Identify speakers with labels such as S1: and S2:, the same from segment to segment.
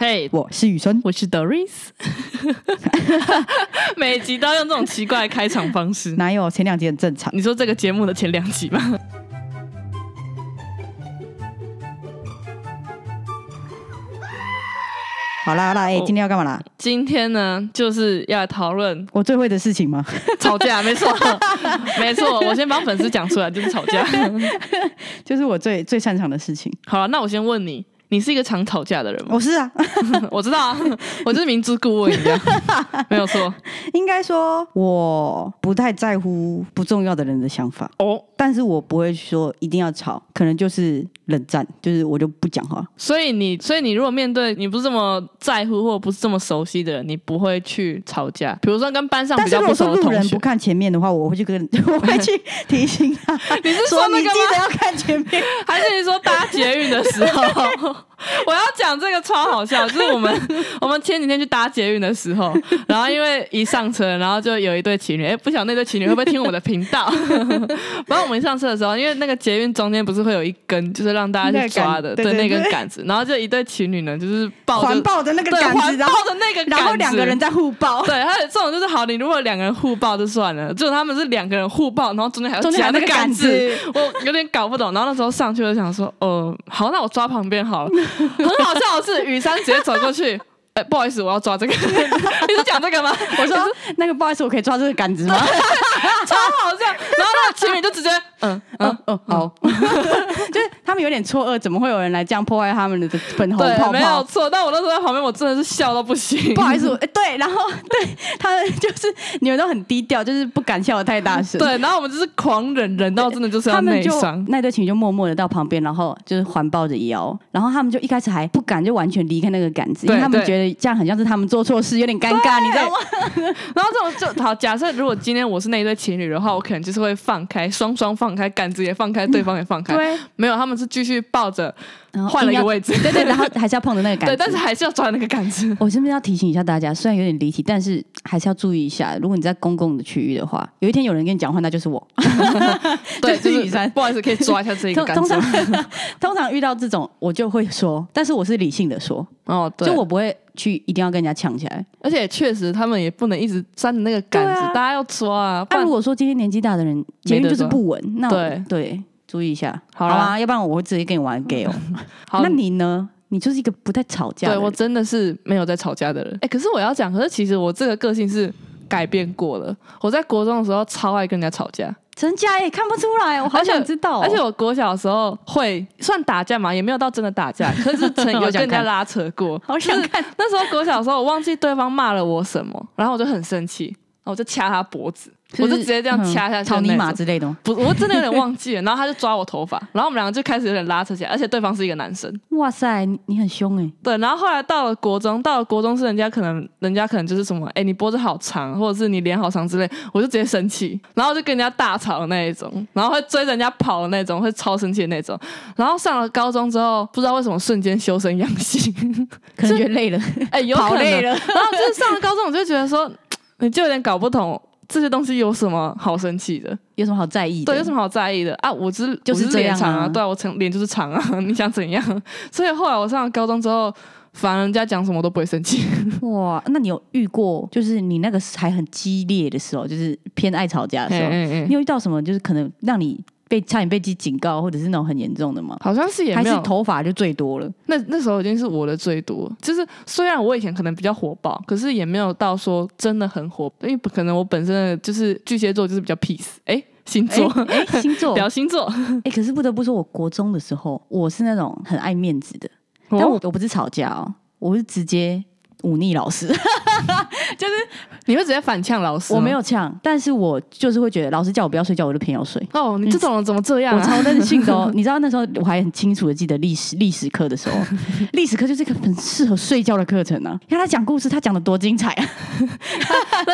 S1: 对，
S2: 我是雨生，
S1: 我是 Doris，每集都要用这种奇怪的开场方式。
S2: 哪有前两集很正常？
S1: 你说这个节目的前两集吗？
S2: 好啦好啦，哎、
S1: 哦
S2: 今天要干嘛啦？
S1: 今天呢，就是要讨论
S2: 我最会的事情吗？
S1: 吵架，没错，没错。我先帮粉丝讲出来，就是吵架。
S2: 就是我最最擅长的事情。
S1: 好了，那我先问你，你是一个常吵架的人吗？
S2: 我是啊，
S1: 我知道啊，我就是明知故问一样，没有错。
S2: 应该说我不太在乎不重要的人的想法，
S1: 哦，
S2: 但是我不会说一定要吵，可能就是冷战，就是我就不讲话。
S1: 所以你，所以你如果面对你不是这么在乎或不是这么熟悉的人，你不会去吵架。比如说跟班上
S2: 但
S1: 比
S2: 是
S1: 较不
S2: 如果说
S1: 熟的
S2: 路
S1: 同
S2: 人
S1: 学
S2: 不，看前面的话，我会去跟 我会去提醒他，
S1: 你是
S2: 说
S1: 说
S2: 你
S1: 那
S2: 记
S1: 个吗？
S2: 得要看前面。
S1: 还是你说搭捷运的时候？ 我要讲这个超好笑，就是我们 我们前几天去搭捷运的时候，然后因为一上车，然后就有一对情侣，哎、不晓得那对情侣会不会听我们的频道？ 然后我们一上车的时候，因为那个捷运中间不是会有一根，就是让大家去抓的，
S2: 那个杆对对
S1: 那根
S2: 对
S1: 杆子，然后就一对情侣呢，哦就是抱
S2: 环
S1: 着
S2: 抱的那个
S1: 对
S2: 杆
S1: 环
S2: 子，然后
S1: 抱着那个杆子，
S2: 然后两个人。在互抱，
S1: 对，还有这种就是好，你如果两个人互抱就算了，就他们是两个人互抱，然后中间还要
S2: 中间还
S1: 夹那
S2: 有那
S1: 个
S2: 个
S1: 杆
S2: 杆
S1: 子，
S2: 子，
S1: 我有点搞不懂，然后那时候上去就想说，呃，好，那我抓旁边好了。 很好笑的是，雨珊直接走过去， 哎、不好意思，我要抓这个。 你是讲这个吗？我
S2: 我说 那个不好意思，我可以抓这个杆子吗？
S1: 超好笑。然后那个情侣就直接，嗯嗯，
S2: 哦，好， 就是他们有点错愕，怎么会有人来这样破坏他们的粉红嗯泡
S1: 对，没有
S2: 泡？
S1: 错。但我那时候在旁边，我真的是笑到不行。
S2: 不好意思，我哎对，然后 对他们就是你们都很低调，就是不敢笑得太大声。，
S1: 对，然后我们就是狂忍，忍到真的就是要
S2: 他们
S1: 内
S2: 就
S1: 伤。
S2: 那对情侣就默默的到旁边，然后就是环抱着腰，然后他们就一开始还不敢，就完全离开那个杆子，因为
S1: 对
S2: 他们
S1: 对
S2: 觉得这样很像是他们做错事，有点尴尬，你知道吗？
S1: 然后这种就好，假设如果今天我是那一对情侣的话，我可能就是会放开，双双放开，杆子也放开，对方也放开。
S2: 对，
S1: 没有，他们是继续抱着，
S2: 然后
S1: 换了一
S2: 硬
S1: 个
S2: 要
S1: 位置。
S2: 对对，然后还是要碰着那个杆子。
S1: 对，但是还是要抓那个杆 子。
S2: 我是不是要提醒一下大家？虽然有点离题，但是还是要注意一下。如果你在公共的区域的话，有一天有人跟你讲话，那就是我。
S1: 对，
S2: 就
S1: 就是是
S2: 雨山
S1: 不好意思，可以抓一下这一个
S2: 通
S1: 杆
S2: 通
S1: 子
S2: 常 通常遇到这种，我就会说，但是我是理性的说，
S1: 哦，对，
S2: 就我不会去一定要跟人家抢起来。
S1: 而且确实他们也不能一直粘着那个杆子，
S2: 对啊哎
S1: 大家要抓啊，不
S2: 但
S1: 然
S2: 如果说今天年纪大的人，捷运就是不稳，那我
S1: 对
S2: 对注意一下，
S1: 好啦嗯
S2: 啊，要不然我会直接跟你玩 gay 哦。
S1: 好
S2: 那。你呢？你就是一个不太吵架的
S1: 对
S2: 人，
S1: 我真的是没有在吵架的人，哎、可是我要讲，可是其实我这个个性是改变过了。我在国中的时候超爱跟人家吵架，
S2: 真假也看不出来，我好
S1: 而且
S2: 想知道哦、
S1: 而且我国小的时候会算打架嘛，也没有到真的打架，可是 曾有
S2: 好
S1: 跟
S2: 想
S1: 人家
S2: 看
S1: 拉扯过。
S2: 好想看，
S1: 那时候国小的时候，我忘记对方骂了我什么，然后我就很生气，然后我就掐他脖子，我就直接这样掐下去，
S2: 嗯草泥马。之类的吗。
S1: 不，我真的有点忘记了。然后他就抓我头发，然后我们两个就开始有点拉扯起来，而且对方是一个男生。
S2: 哇塞，你你很凶哎、
S1: 对，然后后来到了国中，到了国中是人家可能人家可能就是什么，哎，你脖子好长，或者是你脸好长之类，我就直接生气，然后就跟人家大吵的那一种，然后会追着人家跑的那种，会超生气的那种。然后上了高中之后，不知道为什么瞬间修身养 性，
S2: 可能觉得累了，
S1: 哎，有
S2: 跑
S1: 可能
S2: 累 了。
S1: 然后就是上了高中，我就觉得说，你就有点搞不懂这些东西有什么好生气的，
S2: 有什么好在意的？
S1: 对，有什么好在意的啊？我只是
S2: 就
S1: 我
S2: 是
S1: 只是脸
S2: 这样
S1: 长
S2: 啊
S1: 对啊，我长脸就是长啊， 你想怎样？所以后来我上了高中之后，反而人家讲什么我都不会生气。
S2: 哇，那你有遇过，就是你那个还很激烈的时候，就是偏爱吵架的时候，你有遇到什么，就是可能让你被差点被记警告，或者是那种很严重的吗？
S1: 好像是也
S2: 还
S1: 没
S2: 是
S1: 有，
S2: 头发就最多了？
S1: 那那时候已经是我的最多。就是虽然我以前可能比较火爆，可是也没有到说真的很火，因为可能我本身的就是巨蟹座就是比较 peace，哎、星座。
S2: 哎、诶星 座，哎、
S1: 聊星座，
S2: 可是不得不说，我国中的时候，我是那种很爱面子的，但
S1: 哦
S2: 我我不是吵架哦，我是直接忤逆老师，
S1: 你会直接反呛老师？
S2: 我没。有呛，但是我就是会觉得老师叫我不要睡觉，我就偏要睡。
S1: 哦，你这种人怎么这样、
S2: 我
S1: 啊？
S2: 超任性的哦， 你知道那时候我还很清楚的记得历史历史课 的时候，历史课就是一个很适合睡觉的课程啊。因为他讲故事，他讲的多精彩啊！
S1: 人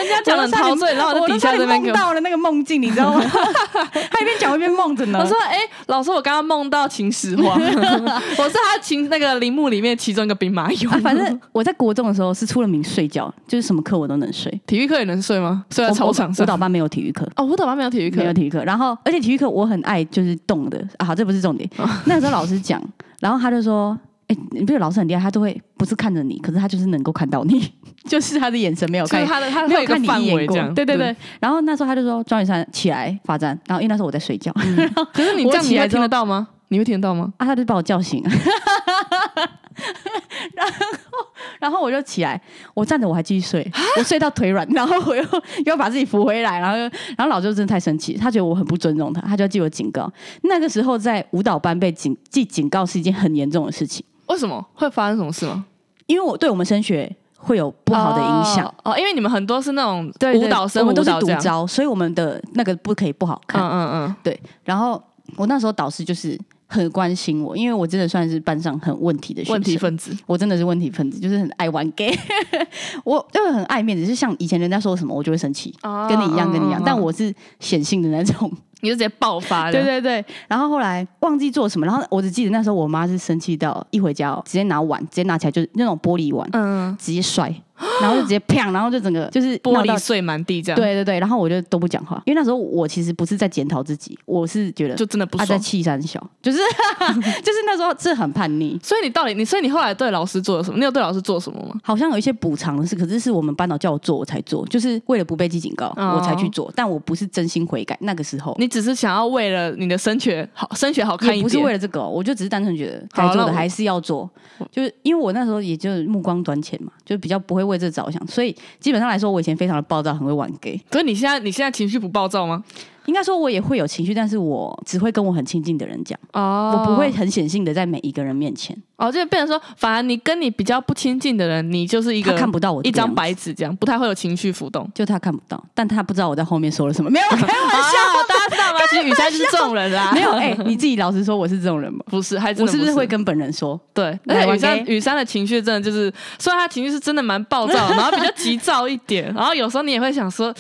S1: 家讲的陶醉，然后我在
S2: 我
S1: 底下
S2: 都
S1: 这
S2: 差
S1: 边
S2: 点
S1: 给
S2: 梦
S1: 我。
S2: 到了那个梦境，你知道 吗？他一边讲一边梦着呢。
S1: 我说：“哎、老师，我刚刚梦到秦始 皇， 我是他秦那个陵墓里面其中一个兵马 俑、
S2: 啊，反正我在国中的时候是出了名睡觉，就是什么课我都能睡。
S1: 体育课也能睡吗？睡在啊
S2: 我
S1: 操场上
S2: 舞？蹈班没有体育课，
S1: 哦，舞蹈班没有体育课
S2: 没有体育课。然后，
S1: 哦
S2: 而 且体育课我很爱就是动的啊，好这不是重点。那时候老师讲，然后他就说：“哎、你不是老师很厉害，他都会不是看着你，可是他就是能够看到你， 就是他的眼神没有
S1: 就
S2: 看
S1: 是，他的他会
S2: 没
S1: 有
S2: 有
S1: 一个
S2: 看你
S1: 范
S2: 一
S1: 围这
S2: 眼过
S1: 样，。
S2: 对对对。然后那时候他就说：“庄雨珊起来罚站。”然后因为那时候我在睡觉，
S1: 可是你
S2: 我
S1: 这样
S2: 起
S1: 你
S2: 来
S1: 还
S2: 之
S1: 听得
S2: 后
S1: 到吗？你会听得到吗？
S2: 啊，他就把我叫醒， 然后然后我就起来，我站着我还继续睡，我睡到腿软，然后我又又把自己扶回来，然后又然后老舅真的太生气，他觉得我很不尊重他，他就要记我警告。那个时候在舞蹈班被警记警告是一件很严重的事情，
S1: 为什么会发生什么事吗？
S2: 因为我对我们升学会有不好的影响。
S1: 哦哦，因为你们很多是那种
S2: 对对
S1: 舞蹈生，
S2: 我们都是
S1: 舞蹈
S2: 独
S1: 这样
S2: 招，所以我们的那个不可以不好看。
S1: 嗯嗯嗯，
S2: 对，然后我那时候导师就是很关心我，因为我真的算是班上很问题的学生
S1: 问题分子，
S2: 我真的是问题分子，就是很爱 玩 gay，我就是很爱面子，就是像以前人家说什么我就会生气，
S1: 哦
S2: 跟你一样，跟你一样，但我是显性的那种。
S1: 你就直接爆发，
S2: 对，对对，然后后来忘记做什么，然后我只记得那时候我妈是生气到一回家、哦、直接拿碗，直接拿起来就是那种玻璃碗，
S1: 嗯，
S2: 直接摔，然后就直接 啪，然后就整个就是
S1: 玻
S2: 闹到
S1: 璃碎满地这样，，
S2: 对对对，然后我就都不讲话，因为那时候我其实不是在检讨自己，我是觉得
S1: 就真的不
S2: 他在
S1: 爽。
S2: 气三小，就是 就是那时候是很叛逆，
S1: 所以你到底你，所以你后来对老师做了什么？你有对老师做什么吗？
S2: 好像有一些补偿的事，可是是我们班导叫我做，我才做，就是为了不被记警告，
S1: 哦
S2: 我才去做，但我不是真心悔改。那个时候
S1: 你只是想要为了你的升学好，升学好看一
S2: 也
S1: 点，
S2: 不是为了这个哦、我就只是单纯觉得
S1: 好
S2: 该做
S1: 那
S2: 的
S1: 我
S2: 还是要做，就是因为我那时候也就是目光短浅嘛，就比较不会为这着想，所以基本上来说，我以前非常的暴躁，很会玩 gay。
S1: 所以你现在你现在情绪不暴躁吗？
S2: 应该说我也会有情绪，但是我只会跟我很亲近的人讲，
S1: 哦
S2: 我不会很显性的在每一个人面前，
S1: 哦，就变成说，反而你跟你比较不亲近的人，你就是一
S2: 他
S1: 个
S2: 看不到我这
S1: 一
S2: 个样
S1: 张
S2: 子
S1: 白纸这样，不太会有情绪浮动。
S2: 就他看不到，但他不知道我在后面说了什么，没有啦，
S1: 啊，大家知道吗？其实雨珊就是这种人啦，
S2: 没有，哎、你自己老实说，我是这种人吗？
S1: 不是，还真
S2: 我
S1: 的
S2: 是不
S1: 不
S2: 是会跟本人说？
S1: 对，而
S2: 来
S1: 且雨
S2: 玩
S1: 珊
S2: gay
S1: 雨珊的情绪真的就是，虽然她情绪是真的蛮暴躁，然后比较急躁一点，然后有时候你也会想说，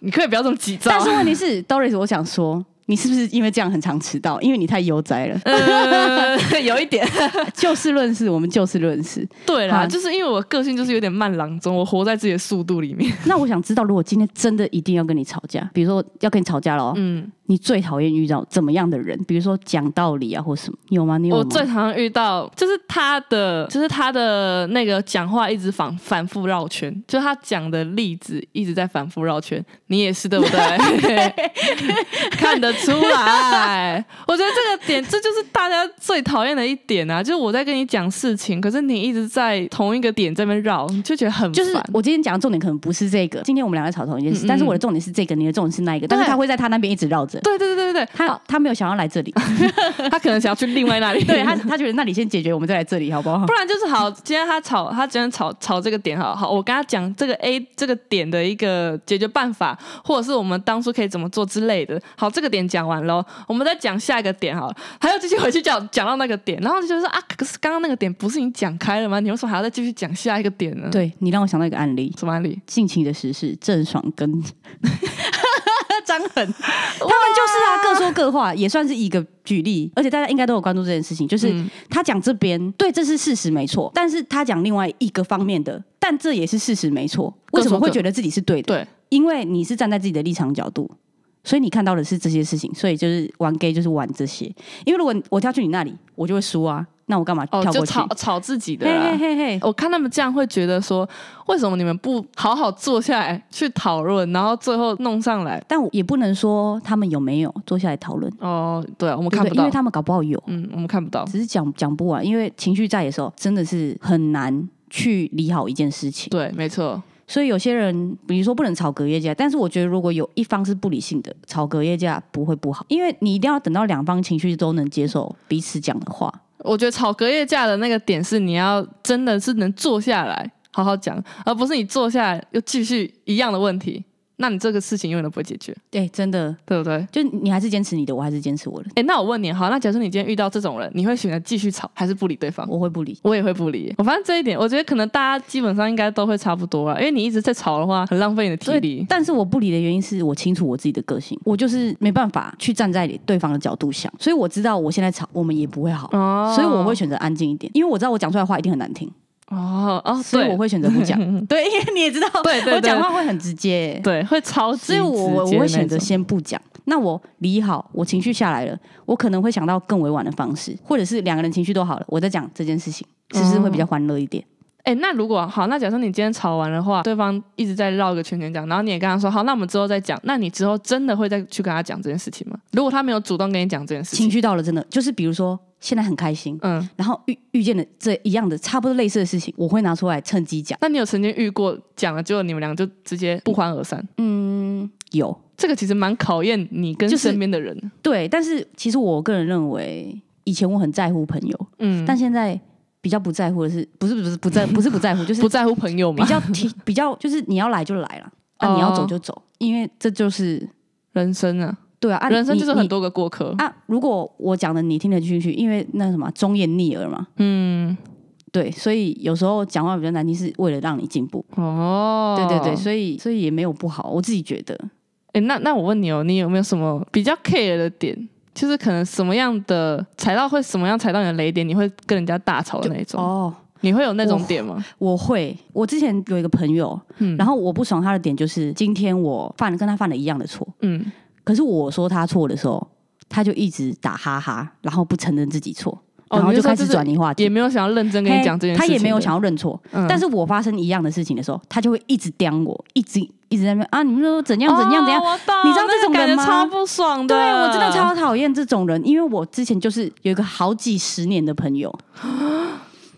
S1: 你可以不要这么急躁。
S2: 但。是问题是，Doris，我想说，你是不是因为这样很常迟到？因为你太悠哉了
S1: 呃， 有一点，
S2: 就事论事，我们就事论事。
S1: 对啦，
S2: 好
S1: 就是因为我个性就是有点慢郎中，我活在自己的速度里面。
S2: 那我想知道，如果今天真的一定要跟你吵架，比如说要跟你吵架了哦，
S1: 嗯，
S2: 你最讨厌遇到怎么样的人？比如说讲道理啊，或什么？有吗？你有吗？
S1: 我最常遇到就是他的，就是他的那个讲话一直反反复绕圈，就是他讲的例子一直在反复绕圈，你也是对 不对？看得出来，我觉得这个点，这就是大家最讨厌的一点啊！就是我在跟你讲事情，可是你一直在同一个点这边绕，你就觉得很烦。
S2: 就是我今天讲的重点可能不是这个，今天我们两个在吵同一件事，
S1: 嗯嗯
S2: 但是我的重点是这个，你的重点是那一个，但是他会在他那边一直绕着。
S1: 对对对对对
S2: 他他没有想要来这 里，
S1: 对，他可能想要去另外那里。
S2: 对他他觉得那里先解决，我们再来这里好不好
S1: 不？然就是好，今天他吵，他今天吵吵这个点，好好，我跟他讲这个 A 这个点的一个解决办法，或者是我们当初可以怎么做之类的。好，这个点讲完喽，我们再讲下一个点好了，还要继续回去讲讲到那个点，然后就是说啊，可是刚刚那个点不是你讲开了吗？你为什么还要再继续讲下一个点呢？，
S2: 对你让我想到一个案例，
S1: 什么案例？
S2: 尽情的实事，郑爽 跟张恒，他们就是啊，各说各话，也算是一个举例。而且大家应该都有关注这件事情，就是
S1: 嗯
S2: 他讲这边对，这是事实没错，但是他讲另外一个方面的，但这也是事实没错。为什么
S1: 各说
S2: 会
S1: 各
S2: 觉得自己是对的？
S1: 对，
S2: 因为你是站在自己的立场角度，所以你看到的是这些事情，所以就是玩 gay 就是玩这些。因为如果我跳去你那里，我就会输啊，那我干嘛
S1: 哦，
S2: 跳
S1: 就
S2: 过去？
S1: 吵吵自己的
S2: 嘿
S1: 啦
S2: 嘿。嘿嘿，
S1: 我看他们这样会觉得说，为什么你们不好好坐下来去讨论，然后最后弄上来？
S2: 但我也不能说他们有没有坐下来讨论。
S1: 哦，对啊，我们
S2: 对
S1: 看
S2: 不
S1: 不
S2: 对，因
S1: 到
S2: 为，他们搞不好有，
S1: 嗯，我们看不到。
S2: 只是讲讲不完，因为情绪在的时候真的是很难去理好一件事情。
S1: 对，没错。
S2: 所以有些人，比如说不能吵隔夜架，但是我觉得如果有一方是不理性的，吵隔夜架不会不好，因为你一定要等到两方情绪都能接受彼此讲的话。
S1: 我觉得吵隔夜架的那个点是，你要真的是能坐下来好好讲，而不是你坐下来又继续一样的问题，那你这个事情永远都不会解决，
S2: 对，真的，
S1: 对不对？
S2: 就你还是坚持你的，我还是坚持我的，
S1: 哎，那我问你，好，那假设你今天遇到这种人，你会选择继续吵，还是不理对方？
S2: 我会不理。
S1: 我也会不理。我发现这一点，我觉得可能大家基本上应该都会差不多啊，因为你一直在吵的话，很浪费你的体力。
S2: 但是我不理的原因是我清楚我自己的个性，我就是没办法去站在对方的角度想，所以我知道我现在吵，我们也不会好，
S1: 哦
S2: 所以我会选择安静一点，因为我知道我讲出来的话一定很难听。
S1: 哦哦，
S2: 所以我
S1: 对
S2: 会选择不 讲。对，因为你也知道，
S1: 对对对
S2: 我讲话会很直接，
S1: 对，会超级
S2: 所以我我
S1: 直接
S2: 我会选择
S1: 那种
S2: 先不讲。那我理好，我情绪下来了，我可能会想到更委婉的方式，或者是两个人情绪都好了，我再讲这件事情，是不是会比较欢乐一点？
S1: 哎、那如果好，那假设你今天吵完的话，对方一直在绕个圈圈讲，然后你也跟他说好，那我们之后再讲，那你之后真的会再去跟他讲这件事情吗？如果他没有主动跟你讲这件事
S2: 情
S1: 情，
S2: 绪到了，真的就是比如说现在很开心，
S1: 嗯，
S2: 然后遇遇见了这一样的差不多类似的事情，我会拿出来趁机讲。
S1: 那你有曾经遇过讲了，结果你们俩就直接不欢而散？
S2: 嗯，有
S1: 这个其实蛮考验你跟
S2: 就是
S1: 身边的人，
S2: 对，但是其实我个人认为，以前我很在乎朋友，
S1: 嗯，
S2: 但现在比较不在乎的是，不是不是不在 不是不在乎，就是
S1: 不啊在乎朋友
S2: 比
S1: 嘛，
S2: 较提比较就是你要来就来了，
S1: 哦
S2: 啊你要走就走，因为这就是
S1: 人生啊，
S2: 对啊，啊
S1: 人生就是很
S2: 你
S1: 多个过客
S2: 你，啊。如果我讲的你听得进去，因为那什么忠言逆耳嘛，
S1: 嗯，
S2: 对，所以有时候讲话比较难听，是为了让你进步。
S1: 哦，
S2: 对对对，所以所以也没有不好，我自己觉得。
S1: 哎、那那我问你哦，你有没有什么比较 care 的点？就是可能什么样的踩到会什么样踩到你的雷点，你会跟人家大吵的那一种？
S2: 哦，
S1: 你会有那种点 吗？
S2: 我会，我之前有一个朋友，
S1: 嗯
S2: 然后我不爽他的点就是，今天我犯跟他犯了一样的错，
S1: 嗯，
S2: 可是我说他错的时候，他就一直打哈哈，然后不承认自己错，
S1: 哦
S2: 然后
S1: 你是
S2: 就
S1: 说
S2: 开始
S1: 就是
S2: 转移话题。
S1: 也没有想要认真跟你
S2: 嘿
S1: 讲这件事
S2: 他
S1: 情，
S2: 也没有想，要认错，
S1: 嗯
S2: 但是我发生一样的事情的时候，他就会一直刁我，一直一直在那边啊，你们说怎样怎样怎样。
S1: 哦我懂
S2: 你知道这种
S1: 那个感
S2: 人吗
S1: 觉超不爽的，
S2: 对我真的超讨厌这种人，因为我之前就是有一个好几十年的朋友，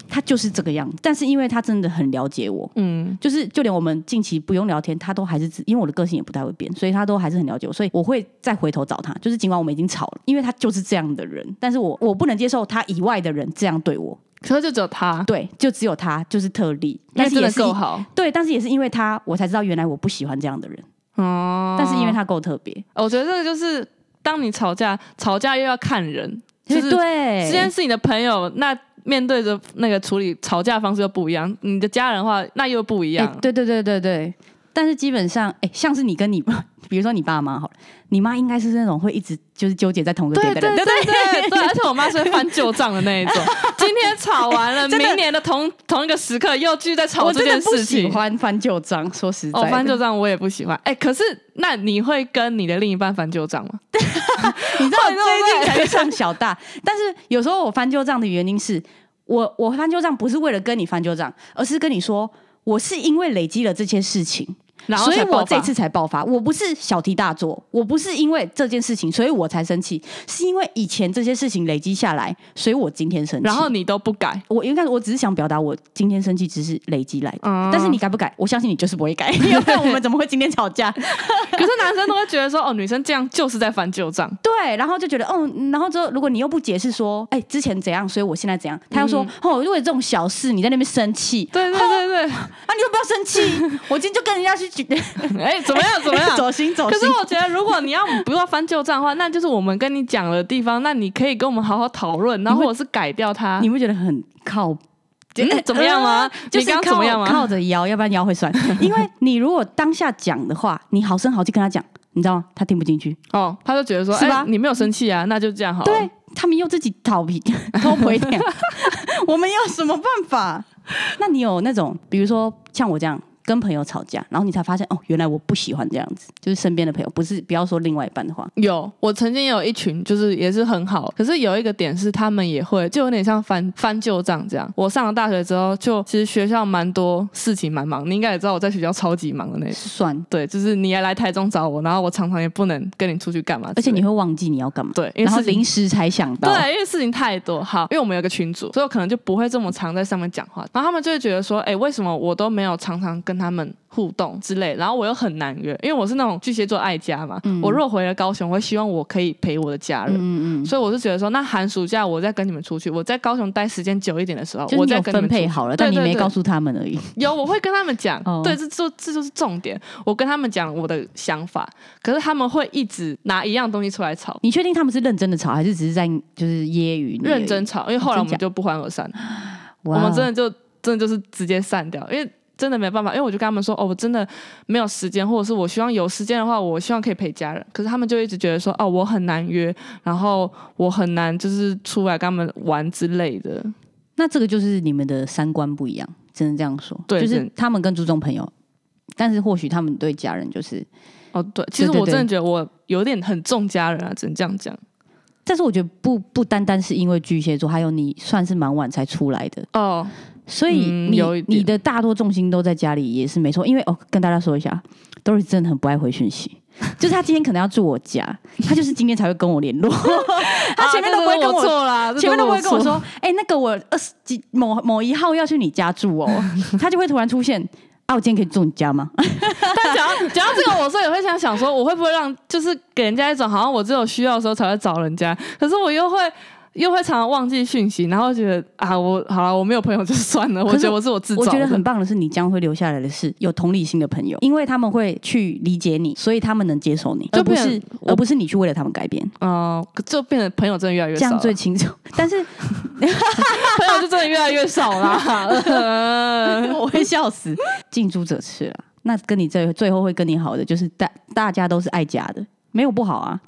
S2: 他就是这个样子，但是因为他真的很了解我。
S1: 嗯
S2: 就是，就连我们近期不用聊天，他都还是只因为我的个性也不太会变，所以他都还是很了解我，所以我会再回头找他。就是尽管我们已经吵了，因为他就是这样的人，但是我我不能接受他以外的人这样对我。
S1: 可是就只有他，
S2: 对，就只有他就是特例，
S1: 因
S2: 但
S1: 为
S2: 是
S1: 真
S2: 也
S1: 的
S2: 是
S1: 够好
S2: 对，但是也是因为他，我才知道原来我不喜欢这样的人。
S1: 哦。
S2: 但是因为他够特别，
S1: 我觉得这个就是当你吵架，吵架又要看人，就是
S2: 对，
S1: 既然是你的朋友，那面对着那个处理吵架方式又不一样，你的家人的话那又不一
S2: 哎
S1: 样。
S2: 对对对对对。但是基本上，哎、像是你跟你， 比如说你爸妈好了，你妈应该是那种会一直就是纠结在同一个点的人，
S1: 对
S2: 不
S1: 对对对，而且我妈是会翻旧账的那一种。今天吵完了，
S2: 真的
S1: 明年的同同一个时刻又继续在吵
S2: 我
S1: 这
S2: 真
S1: 件
S2: 的不
S1: 事
S2: 喜
S1: 情。
S2: 欢翻旧账，说实在
S1: 哦
S2: 的，，
S1: 翻旧账我也不喜欢。哎、可是那你会跟你的另一半翻旧账吗？
S2: 你知道我
S1: 对对
S2: 最
S1: 对
S2: 近才去上小大，但是有时候我翻旧账的原因是我我翻旧账不是为了跟你翻旧账，而是跟你说我是因为累积了这些事情，
S1: 然后
S2: 所以
S1: 才爆
S2: 我
S1: 发
S2: 这次才爆发。我不是小题大做，我不是因为这件事情所以我才生气，是因为以前这些事情累积下来，所以我今天生气。
S1: 然后你都不改，
S2: 我应该我只是想表达我今天生气只是累积来的。
S1: 嗯
S2: 但是你改不改？我相信你就是不会改， 要不然我们怎么会今天吵架？
S1: 可是男生都会觉得说，哦，女生这样就是在翻旧账。
S2: 对，然后就觉得，哦，然后之后如果你又不解释说，哎，之前怎样，所以我现在怎样，他又
S1: 嗯
S2: 说，哦，因为这种小事你在那边生 气，
S1: 对对对
S2: 啊，你又不要 生气，我今天就跟人家去举，
S1: 对，哎、怎么 样怎么样？
S2: 走心走
S1: 可
S2: 心。
S1: 是我觉得，如果你要不要翻旧账的话，那就是我们跟你讲的地方，那你可以跟我们好好讨论，然后或者是改掉它。
S2: 你会觉得很靠，
S1: 嗯怎么样吗
S2: 呃就是
S1: 你刚刚怎么样吗啊
S2: 靠靠着腰，要不然腰会酸。因为你如果当下讲的话，你好声好气跟他讲，你知道吗？他听不进去，
S1: 哦，他就觉得说，
S2: 是
S1: 哎、
S2: 吧
S1: 你没有生气啊，那就这样好了。
S2: 对他们又自己讨皮偷 回点，我们有什么办法？那你有那种，比如说像我这样跟朋友吵架，然后你才发现哦，原来我不喜欢这样子，就是身边的朋友，不是不要说另外一半的话，
S1: 有，我曾经有一群，就是也是很好，可是有一个点是他们也会，就有点像翻翻旧账这样。我上了大学之后，就其实学校蛮多事情蛮忙，你应该也知道我在学校超级忙的那种。
S2: 算，
S1: 对，就是你也来台中找我，然后我常常也不能跟你出去干嘛之类的，
S2: 而且你会忘记你要干嘛，
S1: 对，因为
S2: 然后
S1: 事情
S2: 临时才想到，
S1: 对，因为事情太多，好，因为我们有个群组，所以我可能就不会这么常在上面讲话。然后他们就会觉得说，哎、为什么我都没有常常跟他们互动之类？然后我又很难约，因为我是那种巨蟹座爱家嘛。我若回了高雄，我会希望我可以陪我的家人。
S2: 嗯嗯嗯嗯，
S1: 所以我是觉得说，那寒暑假我再跟你们出去，我在高雄待时间久一点的时候，
S2: 就是
S1: 我
S2: 你
S1: 再
S2: 有
S1: 跟你
S2: 分
S1: 们出
S2: 配
S1: 去。
S2: 好了，
S1: 对
S2: 但你
S1: 对
S2: 没
S1: 对
S2: 告诉他们而已。
S1: 有，我会跟他们讲，
S2: 哦
S1: 对，这就这就是重点。我跟他们讲我的想法，可是他们会一直拿一样东西出来吵，
S2: 你确定他们是认真的吵，还是只是在就是揶揄你而已？
S1: 认真吵，因为后来我
S2: 哦真
S1: 们
S2: 假
S1: 就不欢而散。
S2: 哇，哦
S1: 我们真的就真的就是直接散掉，因为真的没办法，因为我就跟他们说，哦，我真的没有时间，或者是我希望有时间的话，我希望可以陪家人。可是他们就一直觉得说，哦，我很难约，然后我很难就是出来跟他们玩之类的。
S2: 那这个就是你们的三观不一样，只能这样说。
S1: 对
S2: 就
S1: 真
S2: 是
S1: 的
S2: 他们跟注重朋友，但是或许他们对家人就是，
S1: 哦，对，其实
S2: 对对
S1: 我真的
S2: 对
S1: 觉得我有点很重家人啊，只能这样讲。
S2: 但是我觉得不不单单是因为巨蟹座，还有你算是蛮晚才出来的，
S1: 哦，
S2: 所以
S1: 嗯
S2: 你、
S1: 有一点
S2: 你的大多重心都在家里也是没错，因为哦，跟大家说一下，Doris 真的很不爱回 讯息。就是他今天可能要住我家，他就是今天才会跟我联 络，他前面都不会
S1: 啊这
S2: 跟
S1: 是我错啦，这
S2: 前面都不会跟我
S1: 是
S2: 说，哎、那个我二十几某某一号要去你家 住哦，他就会突然出现，啊，我今天可以住你家吗？
S1: 但讲到讲到这个，我是也会想想说，我会不会让就是给人家一种好像我只有需要的时候才会找人家，可是我又会又会常常忘记讯息，然后觉得啊，我好了，我没有朋友就算了，
S2: 可
S1: 我
S2: 是
S1: 觉得我是我自找
S2: 我
S1: 的，
S2: 觉得很棒的是，你将会留下来的是有同理心的朋友，因为他们会去理解你，所以他们能接受你，
S1: 就
S2: 而不
S1: 变
S2: 是
S1: 我
S2: 而不是你去为了他们改变，
S1: 哦、就变得朋友真的越来越
S2: 这
S1: 少
S2: 样
S1: 了，
S2: 最轻松。但是
S1: 朋友就真的越来越少啦。 呃
S2: 我会笑死，近朱者赤啊。那跟你最最后会跟你好的，就是大大家都是爱家的，没有不好啊，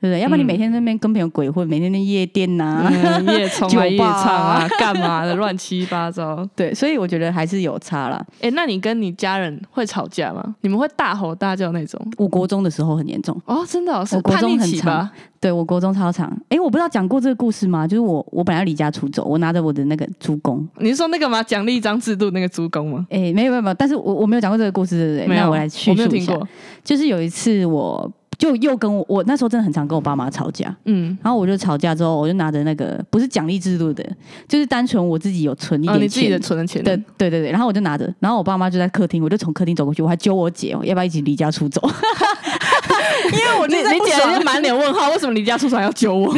S2: 对不对？要不然你
S1: 嗯
S2: 每天在那边跟朋友鬼混，每天在夜店呐、
S1: 嗯夜冲
S2: 酒
S1: 啊，
S2: 吧啊
S1: 夜唱啊，干嘛的，乱七八糟。
S2: 对，所以我觉得还是有差啦。
S1: 哎、那你跟你家人会吵架吗？你们会大吼大叫那种？
S2: 我国中的时候很严重，
S1: 哦，真的、哦、是
S2: 我国
S1: 叛
S2: 中
S1: 逆
S2: 很
S1: 期吧？
S2: 对我国中超长。哎，我不知道讲过这个故事吗？就是我我本来要离家出走，我拿着我的那个猪公，
S1: 你是说那个吗？奖励章制度那个猪公吗？
S2: 哎，没有没有没有，但是我我没有讲过这个故事，对不对？
S1: 没有，
S2: 那我来叙
S1: 没有
S2: 述一
S1: 听
S2: 下。
S1: 过。
S2: 就是有一次我。就又跟我我那时候真的很常跟我爸妈吵架，
S1: 嗯，
S2: 然后我就吵架之后，我就拿着那个不是奖励制度的，就是单纯我自己有存一
S1: 哦，
S2: 点
S1: 你自己
S2: 钱
S1: 的存的钱，
S2: 对对对对，然后我就拿着，然后我爸妈就在客厅，我就从客厅走过去，我还揪我姐哦，要不要一起离家出走？ 因为我
S1: 你
S2: 真的
S1: 你
S2: 不
S1: 姐
S2: 爽
S1: 就满脸问号，为什么离家出走还要揪 我？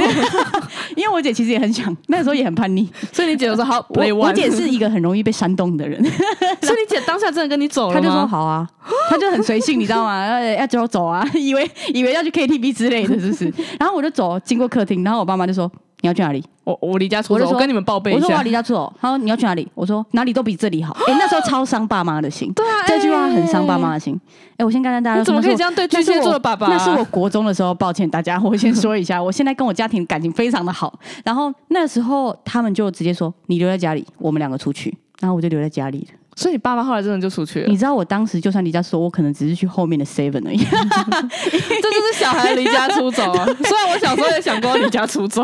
S2: 因为我姐其实也很想，那时候也 很叛逆。
S1: 所以你姐就说好
S2: 我
S1: play one。
S2: 我姐是一个很容易被煽动的人，
S1: 所以你姐当下真的跟你走了
S2: 她就说
S1: 吗？
S2: 好啊，她就很随性，你知道吗？ 要要叫我走啊， 以为以为要去 KTV 之类的，是不是？ 然后我就走，经过客厅，然后我爸妈就说你要去哪里？
S1: 我我离家出
S2: 我
S1: 走，
S2: 就
S1: 我
S2: 说
S1: 跟你们报备
S2: 我
S1: 一
S2: 说我要
S1: 下
S2: 离。家出走。她说你要去哪里？我说哪里都比这里好。哎、那时候超伤爸妈的心，
S1: 对 啊
S2: 这句话很伤爸。妈的心。哎、我先跟大
S1: 哎
S2: 家
S1: 你
S2: 说，
S1: 怎么可以这
S2: 样？
S1: 样对
S2: 那
S1: 巨
S2: 是
S1: 蟹
S2: 我
S1: 座的爸爸啊？
S2: 那是我国中的时候，抱歉大家，我先说一下，我现在跟我家庭感情非常的好。然后那时候他们就直接说：“你留在家里，我们两个 出去。”然后我就留在家里了。
S1: 所以你爸妈后来真的就出去 了
S2: 你，知道我当时就算离家出走，我可能只是去后 面的 Seven 而已。
S1: 这就是小孩离家出走 啊。虽然我小时候也想过要离家出走，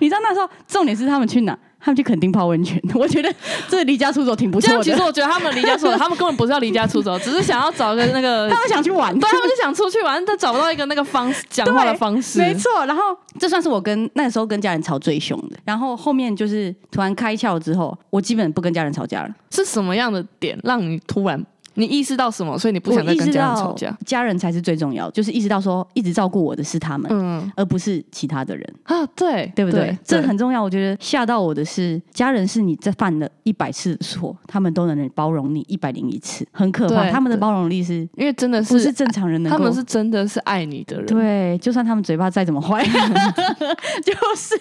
S2: 你知道那时候重点是他们去哪？他们去垦丁泡温泉。 我觉得这离家出走挺不
S1: 这样
S2: 错
S1: 其
S2: 的
S1: 实。我觉得他们离家出走，他们根本不是要离家出走，只是想要找个那个
S2: 他们想去玩，
S1: 对他们就想出去玩，但找不到一个那个方式讲话的方式。
S2: 没错，然后这算是我跟那个时候跟家人吵最凶的。然后后面就是突然开窍之后，我基本不跟家人吵架了。
S1: 是什么样的点让你突然你意识到什么，所以你不想再
S2: 我意
S1: 跟
S2: 识
S1: 家人
S2: 到
S1: 吵架？
S2: 家人才是最重要，就是意识到说一直照顾我的是他们，
S1: 嗯
S2: 而不是其他的人，
S1: 啊，对
S2: 对不对？
S1: 这
S2: 这
S1: 很
S2: 很重要。我觉得吓到我的是，家人是你这犯了一百次的错，他们都能包容你一百零一次，很可怕。
S1: 对
S2: 他们的
S1: 对
S2: 包容力是
S1: 因为真的
S2: 不
S1: 是
S2: 是正常人能
S1: 他
S2: 够？
S1: 们是真的是爱你的人，
S2: 对，就算他们嘴巴再怎 么坏，就是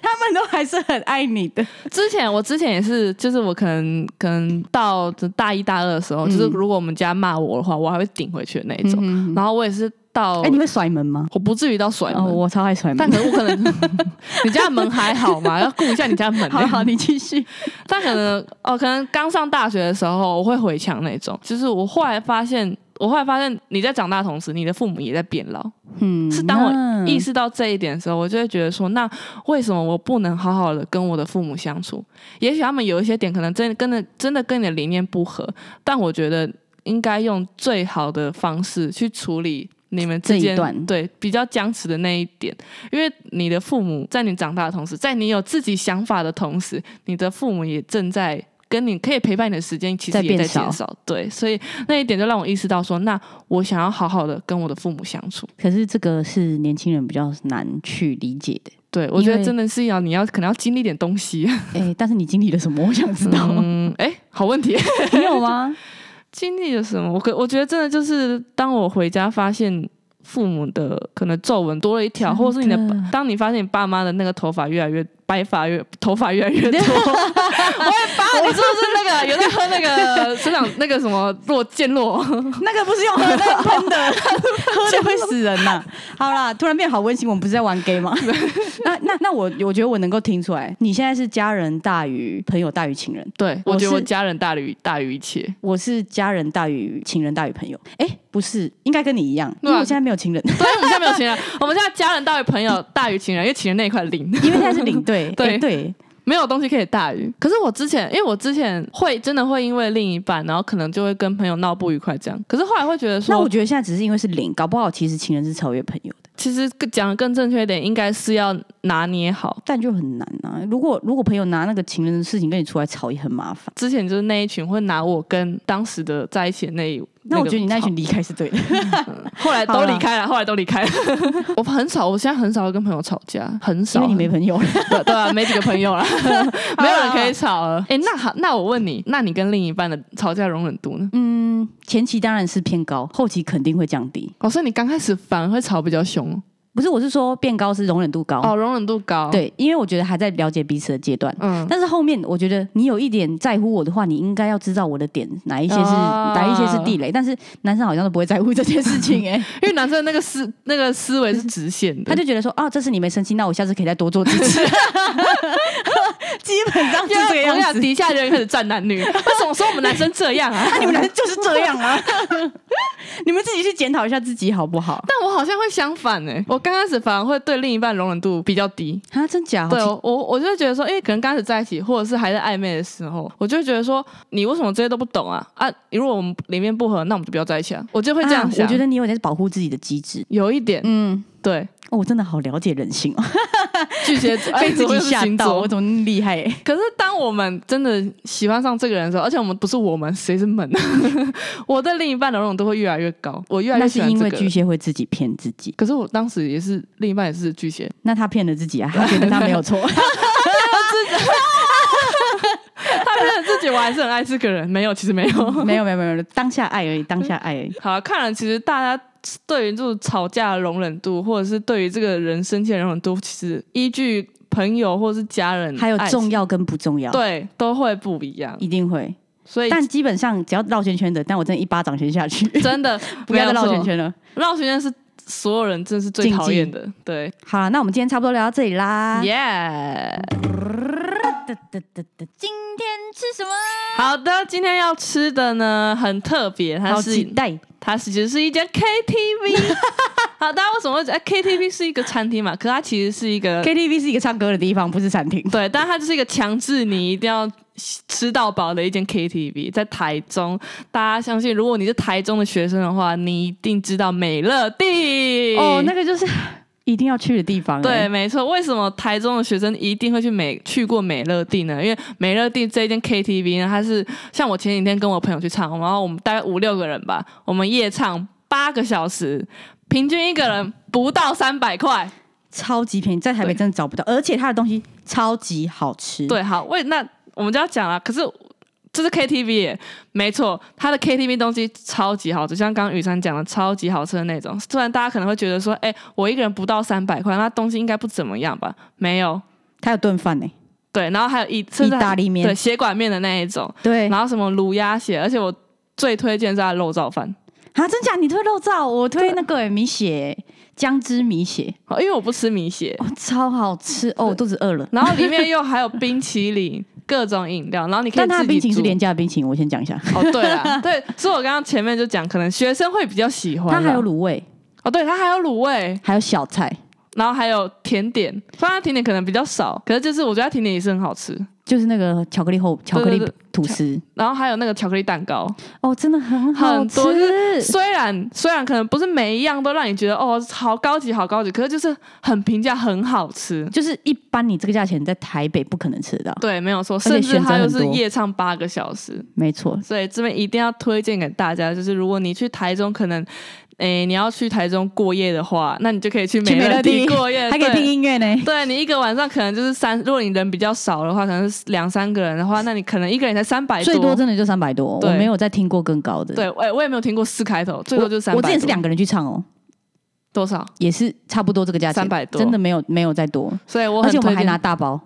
S2: 他们都还是很爱你的。
S1: 之前我之前也是，就是我可能可能到大一大二的时候，
S2: 嗯
S1: 就是如果我们家骂我的话，我还会顶回去的那一
S2: 嗯
S1: 种。
S2: 哼
S1: 然后我也是到，
S2: 哎、你会甩门吗？
S1: 我不至于到哦甩门，
S2: 哦，我超爱甩
S1: 但
S2: 门。
S1: 可能我可能 你家的门还好嘛，要顾一下你家的门。
S2: 好好，你继续。
S1: 但可能哦，可能刚上大学的时候，我会回墙那种。就是我后来发现，我后来发现你在长大的同时，你的父母也在变老。
S2: 嗯，
S1: 是当我
S2: 那
S1: 意识到这一点的时候，我就会觉得说，那为什么我不能好好的跟我的父母相处？也许他们有一些点可能真的跟的真的跟你的理念不合，但我觉得应该用最好的方式去处理你们之
S2: 这
S1: 间
S2: 一段
S1: 对比较僵持的那一点，因为你的父母在你长大的同时，在你有自己想法的同时，你的父母也正在。跟你可以陪伴你的时间其实
S2: 在
S1: 也在减
S2: 变少
S1: 少，对，所以那一点就让我意识到说，那我想要好好的跟我的父母相处。
S2: 可是这个是年轻人比较难去理解 的。
S1: 对，我觉
S2: 因
S1: 得
S2: 为
S1: 真的是要你要可能要经历点东 西。
S2: 哎、但是你经历了什么？我想知道。
S1: 嗯，哎，好问题，
S2: 你 有吗？
S1: 经历了什么？我可我觉得真的就是当我回家发现父母的可能皱纹多了一条，
S2: 真的
S1: 或者是你的当你发现你爸妈的那个头发越来越白发越 头发越来越多。我也发，你是不是那个有在喝那个生长那个什么落健落？
S2: 那个不是用喝 的喷的，喝的会死人呐、好啦，突然变好温馨，我们不是在玩 gay 吗？那那那我我觉得我能够听出来，你现在是家人大于朋友大于情人，
S1: 对，
S2: 我
S1: 我觉得
S2: 是
S1: 我家人大于大于一切。
S2: 我是家人大于情人大于朋友。哎、不是，应该跟你一样，因
S1: 对啊
S2: 为我现在没有情人，
S1: 对，我们现在没有情人，我们现在家人大于朋友大于情人，因为情人那一块零，
S2: 因为现在是领队。
S1: 对
S2: 哎对，
S1: 没有东西可以大于。可是我之前，因为我之前会真的会因为另一半，然后可能就会跟朋友闹不愉快这样。可是后来会觉得
S2: 那
S1: 说
S2: 我，觉得现在只是因为是零，搞不好其实情人是超越朋友的，
S1: 其实更讲的更正确一点，应该是要拿捏好。
S2: 但就很难啊。如果如果朋友拿那个情人的事情跟你出来吵，也很麻烦。
S1: 之前就是那一群会拿我跟当时的在一起的那一，
S2: 那我觉得你那
S1: 个
S2: 群离开是 对的，
S1: 吵后来
S2: 好
S1: 都
S2: 了
S1: 离开了，后来都离开了。我很少，我现在很少会跟朋友吵架，很少，
S2: 因为你没朋友了。
S1: 对对啊，没几个朋 友啦，没有人可以吵了。哎、那好，那我问你，那你跟另一半的吵架容忍度呢？
S2: 嗯，前期当然是偏高，后期肯定会降低。
S1: 哦，所以你刚开始反而会吵比较凶哦
S2: 不是，我是说变高是容忍度高。
S1: 哦，容忍度高。，
S2: 对，因为我觉得还在了解彼此的阶段。
S1: 嗯，
S2: 但是后面我觉得你有一点在乎我的话，你应该要知道我的点哪一些是、
S1: 啊
S2: 哪一些是地雷。但是男生好像都不会在乎这件 事情、哎，
S1: 因为男生的那个思那个思维是直线的，
S2: 他就觉得说啊，这次你没生气，那我下次可以再多做几次。 基本上是这个
S1: 我
S2: 样
S1: 想
S2: 子。
S1: 底下人开始站男女， 为什么说我们男生这样 啊？
S2: 那 你们男生就是这样啊！ 你们自己去检讨一下自己好不好？
S1: 但我好像会相反哎、我刚开始反而会对另一半容忍度比较低，
S2: 啊，真假？
S1: 对我，我我就会觉得说，因为可能刚开始在一起，或者是还在暧昧的时候，我就会觉得说，你为什么这些都不懂啊？啊，如果我们里面不合，那我们就不要在一起啊。我就会这样
S2: 啊
S1: 想。
S2: 我觉得你有点保护自己的机制。
S1: 有一点，
S2: 嗯，
S1: 对，
S2: 哦，我真的好了解人性哦，
S1: 巨蟹 座哎
S2: 被自
S1: 怎么
S2: 己
S1: 又是
S2: 吓
S1: 星
S2: 到，
S1: 座
S2: 我怎么那么厉害、
S1: 可是当我们真的喜欢上这个人的时候，而且我们不是我们，谁是们？ 我对另一半的容忍度会越来越高，我越来
S2: 那
S1: 越
S2: 是
S1: 喜欢
S2: 因
S1: 这
S2: 为
S1: 个
S2: 巨
S1: 人。
S2: 蟹会自己骗自己，
S1: 可是我当时也是另一半也是巨蟹，
S2: 那他骗了自己啊，他觉得他没有错。
S1: 他觉得自己我还是很爱这个人，没有，其实没有。
S2: 没有没有没有，当下爱而已，当下爱而已。
S1: 好，看了其实大家对于这种吵架的容忍度，或者是对于这个人生气的容忍度，其实依据朋友或者是家人，
S2: 还有
S1: 爱情
S2: 重要跟不重要，，
S1: 对都会不一样，
S2: 一定会。
S1: 所以
S2: 但基本上只要绕圈圈的，但我真的一巴掌先下去，
S1: 真的
S2: 不要再绕圈
S1: 没有错，
S2: 圈了。
S1: 绕圈圈是所有人真的是最
S2: 禁忌
S1: 讨厌的，对，
S2: 好啦，那我们今天差不多聊到这里啦。
S1: 耶、
S2: 今天吃什么？啊
S1: 好的，今天要吃的呢很特别，它
S2: 好
S1: 是
S2: 期待。
S1: 它其实是一间 KTV。好，大家为什么会觉得、哎 KTV 是一个餐厅嘛？可它其实是一个
S2: KTV 是一个唱歌的地方，不是餐厅。
S1: 对，但它就是一个强制你一定要吃到饱的一间 KTV，在台中。大家相信，如果你是台中的学生的话，你一定知道美乐蒂
S2: 哦，那个就是一定要去的地方、哎
S1: 对，没错。为什么台中的学生一定会去美去过美乐蒂呢？因为美乐蒂这一间 KTV 呢，它是像我前几天跟我朋友去唱，然后我们大概五六个人吧，我们夜唱八个小时，平均一个人不到三百块。
S2: 超级便宜，在台北
S1: 对
S2: 真的找不到，而且它的东西超级好吃。，
S1: 对，好，为那我们就要讲了。可是这是 KTV，耶没错，它的 KTV 东西超级好吃，像刚刚雨珊讲的，超级好吃的那种。虽然大家可能会觉得说，哎、我一个人不到三百块，那东西应该不怎么样吧？没有，
S2: 它有炖饭呢，
S1: 对，然后还有意甚至还
S2: 意大利面
S1: 对，血管面的那一种，
S2: 对
S1: 然后什么卤鸭血，而且我最推荐是它的肉燥饭。
S2: 啊，真假？你推肉燥，我推那个欸米血姜汁米血，
S1: 哦因为我不吃米血，
S2: 哇，超好吃哦！我肚子饿了。
S1: 然后里面又还有冰淇淋、各种饮料，然后你可以
S2: 但它
S1: 自
S2: 的
S1: 己
S2: 冰淇淋是
S1: 煮
S2: 廉价的冰淇淋，我先讲一下，
S1: 哦，对啦，对，所以我刚刚前面就讲，可能学生会比较喜欢啦。
S2: 它还有卤味，
S1: 哦，对，它还有卤味，
S2: 还有小菜，
S1: 然后还有甜点。虽然它甜点可能比较少，可是就是我觉得它甜点也是很好吃。
S2: 就是那个巧克力厚巧克力
S1: 对对
S2: 吐司，
S1: 然后还有那个巧克力蛋糕，
S2: 哦，真的很好
S1: 很
S2: 吃
S1: 多。虽然虽然可能不是每一样都让你觉得哦好高级好高级，可是就是很平价很好吃。
S2: 就是一般你这个价钱在台北不可能吃得到，
S1: 对，没有错，
S2: 且
S1: 甚至
S2: 选择
S1: 它又
S2: 很
S1: 是
S2: 多
S1: 夜唱八个小时，
S2: 没错，
S1: 所以这边一定要推荐给大家，就是如果你去台中，可能诶你要去台中过夜的话，那你就可以去
S2: 去美
S1: 美
S2: 乐
S1: 乐蒂
S2: 蒂
S1: 过夜，
S2: 还可以
S1: 呃对
S2: 听音乐呢。
S1: 对你一个晚上可能就是三，如果你人比较少的话，可能是两三个人的话，那你可能一个人才三百
S2: 最多真的就三百多，我
S1: 对
S2: 没有再听过更高的。
S1: 对，我也我也没有听过四开头，最
S2: 我，
S1: 多就是三百。
S2: 我之前是两个人去唱哦，
S1: 多少？
S2: 也是差不多这个价钱，
S1: 300多
S2: 真的没有没有再多，
S1: 所以我
S2: 而
S1: 很
S2: 且我们
S1: 推
S2: 还
S1: 荐哦
S2: 拿大包，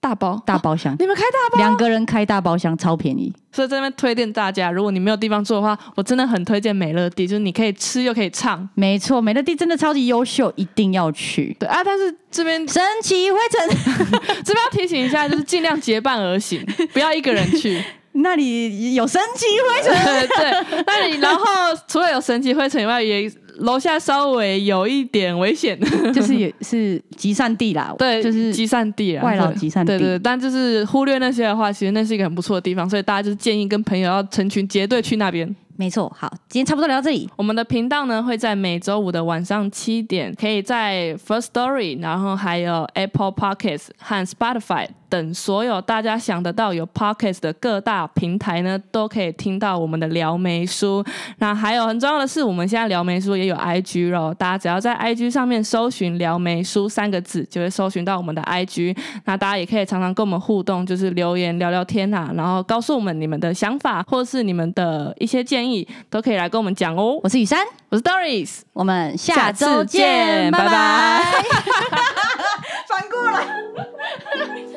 S1: 大包
S2: 大
S1: 哦
S2: 包厢，
S1: 你们开大包，
S2: 两个人开大包厢超便宜。
S1: 所以在那边推荐大家，如果你没有地方住的话，我真的很推荐美乐蒂，就是你可以吃又可以唱。
S2: 没错，美乐蒂真的超级优秀，一定要去。
S1: 对啊，但是这边
S2: 神奇灰尘
S1: 这边要提醒一下，就是尽量结伴而行， 不要一个人去。
S2: 那里有神奇灰尘，
S1: 对对，那你然后除了有神奇灰尘以外，也楼下稍微有一点危险，
S2: 就是也是集散地啦。
S1: 对，
S2: 就是
S1: 集散地啊，
S2: 外劳
S1: 对
S2: 集散地
S1: 对对，但就是忽略那些的话，其实那是一个很不错的地方，所以大家就是建议跟朋友要成群结队去那边。
S2: 没错。好，今天差不多聊到这里。
S1: 我们的频道呢会在每周五的晚上七点，可以在 First Story，然后还有 Apple Podcasts 和 Spotify 等所有大家想得到有 Podcasts 的各大平台呢，都可以听到我们的撩妹书。那还有很重要的是，我们现在撩妹书也有 IG 咯，大家只要在 IG 上面搜寻“撩妹书”三个字，就会搜寻到我们的 IG。那大家也可以常常跟我们互动，就是留言聊聊天啊，然后告诉我们你们的想法或是你们的一些建议，都可以来跟我们讲哦。
S2: 我是雨珊，
S1: 我是 Doris，
S2: 我们下
S1: 下次
S2: 周见，
S1: 见
S2: 拜
S1: 拜
S2: 拜
S1: 拜。
S2: 反过来。